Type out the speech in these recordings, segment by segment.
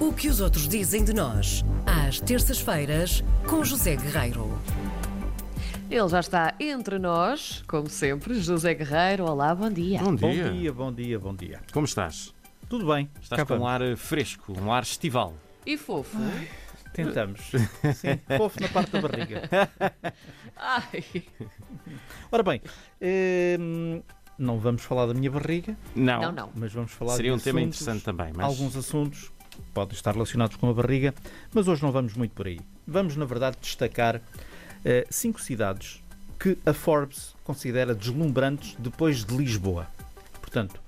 O que os outros dizem de nós, às terças-feiras, com José Guerreiro. Ele já está entre nós, como sempre, José Guerreiro. Olá, bom dia. Bom dia. Bom dia, bom dia, bom dia. Como estás? Tudo bem? Estás com um ar eh, fresco, um ar estival. E fofo. Tentamos. Sim, fofo na parte da barriga. Ai. Ora bem, hum, não vamos falar da minha barriga, Não. Não, não. mas vamos falar Seria de um tema assuntos- interessante também, mas Alguns assuntos que podem estar relacionados com a barriga, mas hoje não vamos muito por aí. Vamos, na verdade, destacar eh, cinco cidades que a Forbes considera deslumbrantes depois de Lisboa. Portanto,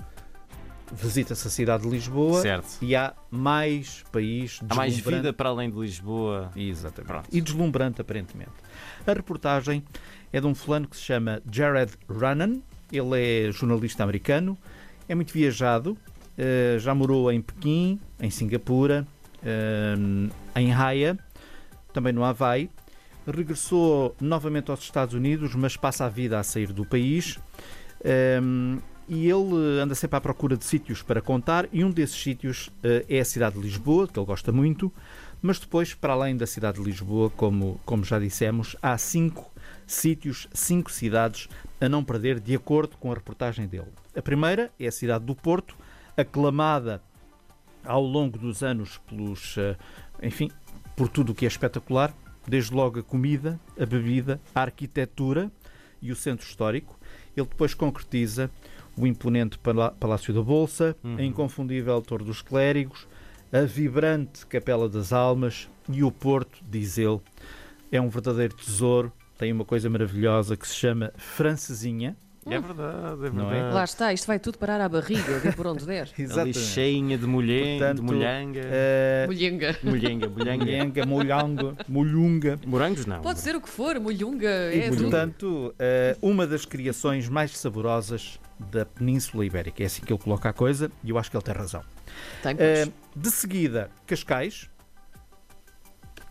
visita-se a cidade de Lisboa certo. e há mais país Há mais deslumbrante. vida para além de Lisboa. Exatamente. Pronto. E deslumbrante, aparentemente. A reportagem é de um fulano que se chama Jared Runnan. Ele é jornalista americano, é muito viajado, eh, já morou em Pequim, em Singapura, eh, em Haia, também no Havaí. Regressou novamente aos Estados Unidos, mas passa a vida a sair do país. Eh, e ele anda sempre à procura de sítios para contar, e um desses sítios eh, é a cidade de Lisboa, que ele gosta muito, mas depois, para além da cidade de Lisboa, como, como já dissemos, há cinco sítios, cinco cidades a não perder, de acordo com a reportagem dele. A primeira é a cidade do Porto, aclamada ao longo dos anos pelos, eh, enfim, por tudo o que é espetacular, desde logo a comida, a bebida, a arquitetura e o centro histórico. Ele depois concretiza o imponente pala- Palácio da Bolsa, a inconfundível Torre dos Clérigos, a vibrante Capela das Almas e o Porto, diz ele, é um verdadeiro tesouro. Tem uma coisa maravilhosa que se chama francesinha. É verdade, é Não é? verdade. Lá está, isto vai tudo parar à barriga, de por onde der. Ali cheinha de mulher, Portanto, de molhanga. É Eh, Molhunga. Molhanga, molhanga. Mulhenga, molhanga, molhunga. Morangos não. Pode ser o que for, molhunga, é tudo. Portanto, eh, uma das criações mais saborosas da Península Ibérica. É assim que ele coloca a coisa e eu acho que ele tem razão. Tem Eh, pois. de seguida, Cascais.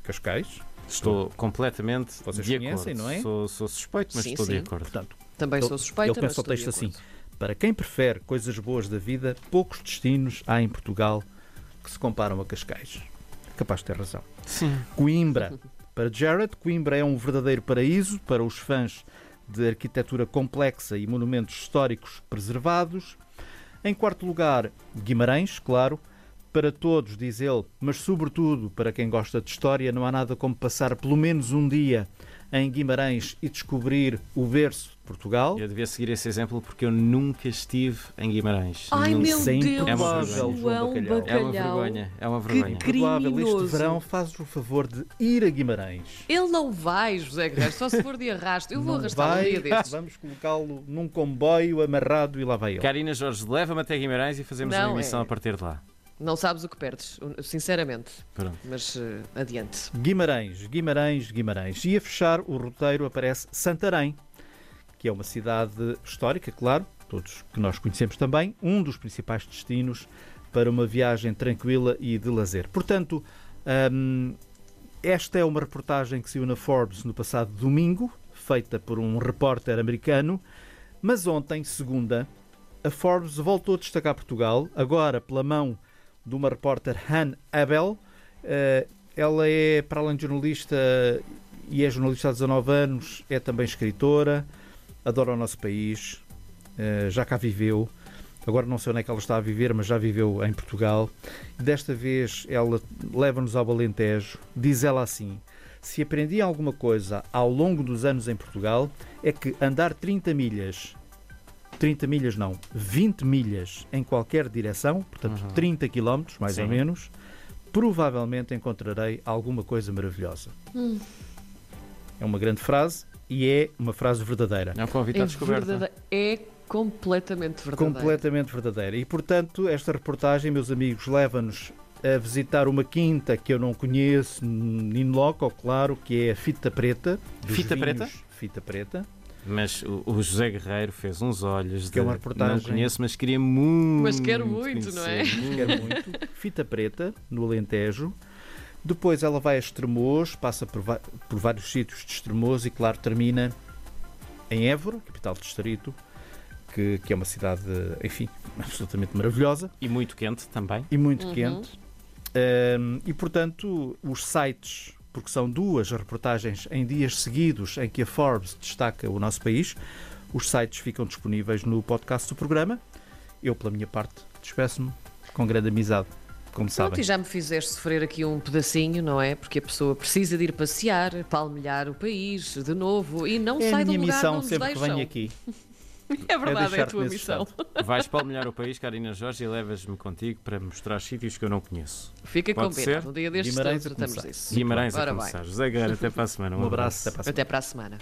Cascais. Estou completamente Vocês de conhecem, acordo. não é? Sou, sou suspeito, mas Sim, estou de sim. acordo. Portanto, Também sou suspeita, ele pensa mas o estou de texto assim. acordo. Para quem prefere coisas boas da vida, poucos destinos há em Portugal que se comparam a Cascais. Capaz de ter razão. Sim. Coimbra. Para Jared, Coimbra é um verdadeiro paraíso para os fãs de arquitetura complexa e monumentos históricos preservados. Em quarto lugar, Guimarães, claro. Para todos, diz ele, mas sobretudo para quem gosta de história, não há nada como passar pelo menos um dia em Guimarães e descobrir o berço de Portugal. Eu devia seguir esse exemplo porque eu nunca estive em Guimarães. Ai, Nunca. meu Sempre Deus, é uma João vergonha. João Bacalhau. É uma Bacalhau. vergonha, é uma vergonha. cri- Provável este Criminoso. verão, fazes o favor de ir a Guimarães. Ele não vai, José Guerreiro, só se for de arrasto. Eu vou Não arrastar um vai, dia destes. Vamos colocá-lo num comboio amarrado e lá vai ele. Carina Jorge, leva-me até Guimarães e fazemos Não, uma emissão é- a partir de lá. Não sabes o que perdes, sinceramente. Pronto. Mas eh, adiante. Guimarães, Guimarães, Guimarães. E a fechar o roteiro aparece Santarém, que é uma cidade histórica, claro, todos que nós conhecemos também, um dos principais destinos para uma viagem tranquila e de lazer. Portanto, hum, esta é uma reportagem que saiu na Forbes no passado domingo, feita por um repórter americano, mas ontem, segunda, a Forbes voltou a destacar Portugal, agora pela mão de uma repórter Han Abel. Eh, ela é, para além de jornalista, e é jornalista há 19 anos, é também escritora, adora o nosso país, eh, já cá viveu. Agora não sei onde é que ela está a viver, mas já viveu em Portugal. Desta vez ela leva-nos ao Alentejo. Diz ela assim: Se aprendi alguma coisa ao longo dos anos em Portugal, é que andar 30 milhas 30 milhas não, 20 milhas em qualquer direção, portanto 30 km mais ou Sim. menos, provavelmente encontrarei alguma coisa maravilhosa. É uma grande frase e é uma frase verdadeira. É um convite à descoberta. verdade- é completamente verdadeiro. Completamente verdadeira. E portanto, esta reportagem, meus amigos, leva-nos a visitar uma quinta que eu não conheço, nem loco, claro, que é a Fita Preta. dos Fita vinhos Preta? Fita Preta. Mas o, o José Guerreiro fez uns olhos Que é uma de- reportagem. Não conheço, mas queria muito. Mas quero muito, não é? conhecer. quero muito. Fita preta, no Alentejo. Depois ela vai a Estremoz, passa por, va- por vários sítios de Estremoz e, claro, termina em Évora, capital do distrito, que, que é uma cidade, enfim, absolutamente maravilhosa E muito quente também. e muito Uhum. quente. Ahm, e, portanto, os sites, porque são duas reportagens em dias seguidos em que a Forbes destaca o nosso país, os sites ficam disponíveis no podcast do programa. Eu, pela minha parte, despeço-me com grande amizade, como Pronto, e sabem. já me fizeste sofrer aqui um pedacinho, não é? Porque a pessoa precisa de ir passear, palmilhar o país de novo e não É a sai do minha lugar missão onde nos sempre que deixam. venho aqui. É verdade, é, a deixar-te tua nesse missão. estado. Vais palmilhar o país, Karina Jorge, e levas-me contigo para mostrar sítios que eu não conheço. Fica Pode combinado. ser? Um dia destes Guimarães todos a tratamos começar. disso. Guimarães Ora a bem. começar. José Guerra, até para a semana. Um abraço, até para a semana. Até para a semana.